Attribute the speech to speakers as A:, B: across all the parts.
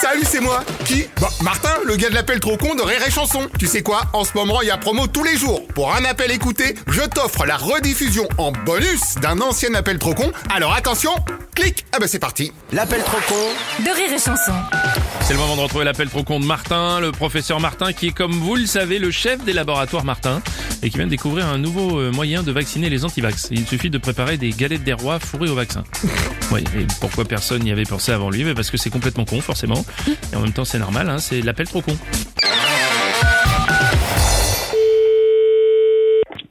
A: Salut, c'est moi. Qui Bah, Martin, le gars de l'appel trop con de Rire et Chanson. Tu sais quoi En ce moment, il y a promo tous les jours. Pour un appel écouté, je t'offre la rediffusion en bonus d'un ancien appel trop con. Alors attention, clique. Ah bah c'est parti.
B: L'appel trop con
C: de rire et chanson.
D: C'est le moment de retrouver l'appel trop con de Martin, le professeur Martin qui est comme vous le savez le chef des laboratoires Martin et qui vient de découvrir un nouveau euh, moyen de vacciner les antivax. Il suffit de préparer des galettes des rois fourrées au vaccin. Oui, et pourquoi personne n'y avait pensé avant lui Mais Parce que c'est complètement con forcément. Et en même temps c'est normal, hein, c'est l'appel trop con.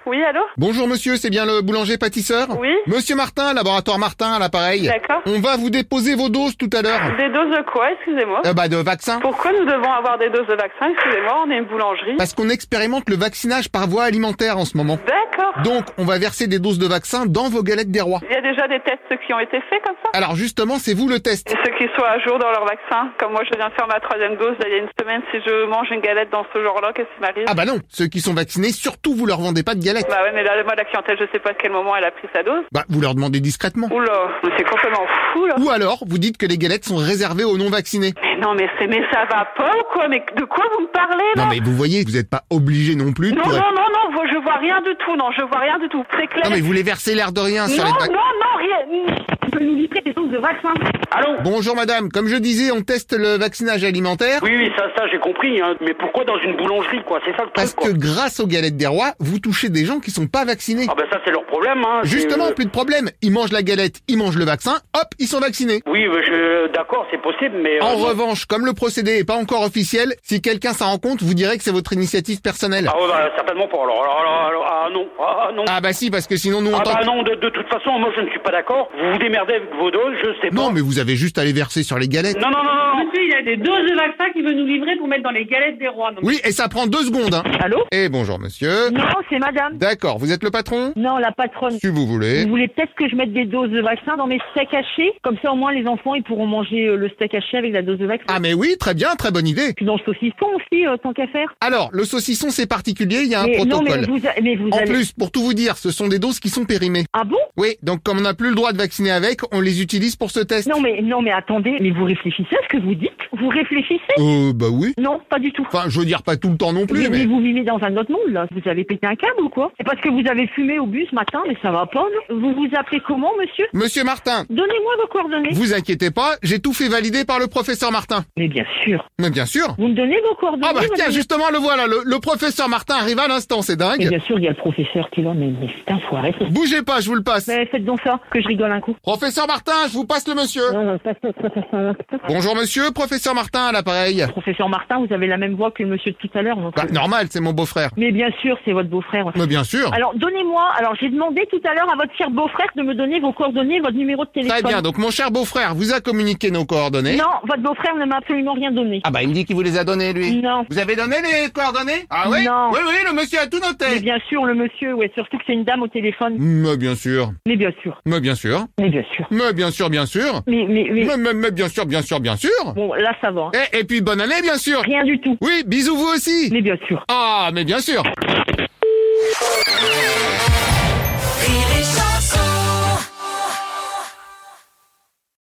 E: Oui, allô
A: Bonjour monsieur, c'est bien le boulanger pâtisseur
E: Oui.
A: Monsieur Martin, laboratoire Martin à l'appareil.
E: D'accord.
A: On va vous déposer vos doses tout à l'heure.
E: Des doses de quoi, excusez-moi
A: Euh, bah de vaccin.
E: Pourquoi nous devons avoir des doses de vaccin, excusez-moi On est une boulangerie.
A: Parce qu'on expérimente le vaccinage par voie alimentaire en ce moment.
E: D'accord.
A: Donc on va verser des doses de vaccin dans vos galettes des rois.
E: Il y a déjà des tests qui ont été faits comme ça
A: Alors justement, c'est vous le test.
E: Et ceux qui soient à jour dans leur vaccin, comme moi je viens de faire ma troisième dose là, il y a une semaine, si je mange une galette dans ce genre-là, qu'est-ce qui m'arrive
A: Ah bah non, ceux qui sont vaccinés, surtout vous leur vendez pas de galettes.
E: Bah ouais, mais là, moi, la clientèle, je sais pas à quel moment elle a pris sa dose.
A: Bah vous leur demandez discrètement.
E: Oula, mais c'est complètement fou, là.
A: Ou alors, vous dites que les galettes sont réservées aux non-vaccinés.
E: Mais non, mais c'est, mais ça va pas ou quoi Mais de quoi vous me parlez, là
A: Non mais vous voyez, vous n'êtes pas obligé non plus. de
E: ben non,
A: pour-
E: non, non, non, vous- je vois rien du tout, non, je vois rien du tout, c'est clair.
A: Non, mais vous les versez l'air de rien sur les...
E: non, non,
A: pa-
E: non, rien.
F: peut nous livrer des doses de vaccin.
G: Allô
A: Bonjour madame, comme je disais, on teste le vaccinage alimentaire.
G: Oui, oui, ça, ça, j'ai compris, hein. Mais pourquoi dans une boulangerie, quoi C'est ça le
A: Parce
G: truc, quoi.
A: que grâce aux galettes des rois, vous touchez des gens qui sont pas vaccinés.
G: Ah ben ça, c'est leur problème, hein. c'est,
A: Justement,
G: euh,
A: plus de problème. Ils mangent la galette, ils mangent le vaccin, hop, ils sont vaccinés.
G: Oui, ben, je... d'accord, c'est possible, mais...
A: En
G: euh,
A: revanche, comme le procédé est pas encore officiel, si quelqu'un s'en rend compte, vous direz que c'est votre initiative personnelle.
G: Ah ouais, bah, certainement pas, alors, alors, alors, alors, ah non, ah non.
A: Ah bah si, parce que sinon nous on
G: Ah
A: tente-
G: bah non, de, de toute façon, moi, je ne suis pas d'accord. Vous vous démerdez avec vos doses, je sais pas.
A: Non, mais vous avez juste à les verser sur les galettes.
G: Non, non, non, non, non.
F: Monsieur, il a des doses de vaccin qu'il veut nous livrer pour mettre dans les galettes des rois. Non,
A: Oui, et ça prend deux secondes. Hein.
H: Allô
A: Et bonjour monsieur.
H: Non, c'est madame.
A: D'accord, vous êtes le patron
H: Non, la patronne.
A: Si vous voulez.
H: Vous voulez peut-être que je mette des doses de vaccin dans mes steaks hachés Comme ça, au moins, les enfants, ils pourront manger euh, le steak haché avec la dose de vaccin.
A: Ah mais oui, très bien, très bonne idée.
H: Puis dans le saucisson aussi, euh, tant qu'à faire.
A: Alors, le saucisson c'est particulier, il y a un
H: mais, non, mais
A: protocole.
H: vous, a- mais vous
A: En
H: allez...
A: plus, pour tout vous dire, ce sont des doses qui sont périmées.
H: Ah bon
A: Oui, donc comme on n'a plus le droit de vacciner avec, on les utilise pour ce test.
H: Non, mais non, mais attendez, mais vous réfléchissez à ce que vous dites Vous réfléchissez
A: Euh, bah oui.
H: Non, pas du tout.
A: Enfin, je veux dire pas tout le temps non plus,
H: mais, mais
A: mais...
H: vous vivez dans un autre monde, là. Vous avez pété un câble ou quoi C'est parce que vous avez fumé au bus ce matin, mais ça va pas, non Vous vous appelez comment, monsieur
A: Monsieur Martin,
H: Donnez-moi vos coordonnées.
A: vous inquiétez pas, j'ai tout fait valider par le professeur Martin.
H: Mais bien sûr.
A: Mais bien sûr.
H: Vous me donnez vos coordonnées
A: Ah bah tiens,
H: madame
A: justement, le voilà, le, le professeur Martin arrive à l'instant, c'est
H: Mais
A: dingue.
H: Eh bien sûr, il y a le professeur qui est là, mais, mais c'est un foiré. ce-
A: Bougez pas, je vous le passe.
H: Mais faites donc ça, que je rigole un coup.
A: Professeur Martin, je vous passe le monsieur.
H: Non, non, pas ça, ça, ça, ça, ça.
A: Bonjour monsieur, professeur Martin à l'appareil.
H: Professeur Martin, vous avez la même voix que le monsieur de tout à l'heure. donc- euh,
A: Bah normal, c'est mon beau-frère.
H: Mais bien sûr, c'est votre beau-frère. ouais.
A: Mais bien sûr.
H: Alors, donnez-moi. Alors, j'ai demandé tout à l'heure à votre cher beau-frère de me donner vos coordonnées, votre numéro de téléphone.
A: Très bien, donc mon cher beau-frère vous a communiqué nos coordonnées.
H: Non, votre beau-frère ne m'a absolument rien donné.
A: Ah bah il me dit qu'il vous les a données lui.
H: Non.
A: Vous avez donné les coordonnées Ah oui
H: Non.
A: Oui, oui, le monsieur a tout
H: Mais
A: noté.
H: bien sûr, le monsieur, ouais, surtout que c'est une dame au téléphone.
A: Mais bien sûr.
H: Mais bien sûr,
A: Mais bien sûr.
H: mais bien sûr.
A: Mais bien sûr, bien sûr.
H: Mais, mais, mais,
A: Mais, mais, mais bien sûr, bien sûr, bien sûr.
H: bon, là, ça va. hein.
A: Et, et puis bonne année, bien sûr.
H: Rien du tout.
A: Oui, bisous vous aussi.
H: Mais bien sûr.
A: Ah, mais bien sûr.